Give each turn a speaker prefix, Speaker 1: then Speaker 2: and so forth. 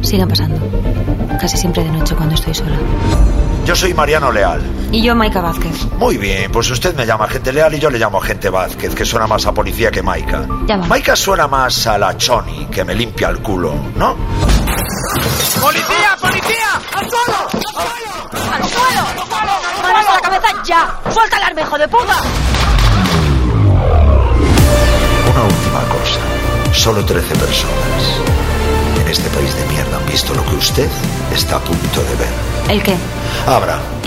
Speaker 1: siguen pasando. Casi siempre de noche cuando estoy sola.
Speaker 2: Yo soy Mariano Leal.
Speaker 1: Y yo, Maika Vázquez.
Speaker 2: Muy bien, pues usted me llama Agente Leal y yo le llamo Agente Vázquez, que suena más a policía que Maika.
Speaker 1: Ya va.
Speaker 2: Maika suena más a la Choni, que me limpia el culo, ¿no?
Speaker 3: ¡Policía, policía! ¡Al suelo!
Speaker 4: ¡Al suelo! ¡Manos a la cabeza ya! ¡Suelta el arma, hijo de puta!
Speaker 2: Una última cosa. Solo 13 personas en este país de mierda han visto lo que usted está a punto de ver.
Speaker 1: ¿El qué?
Speaker 2: Abra.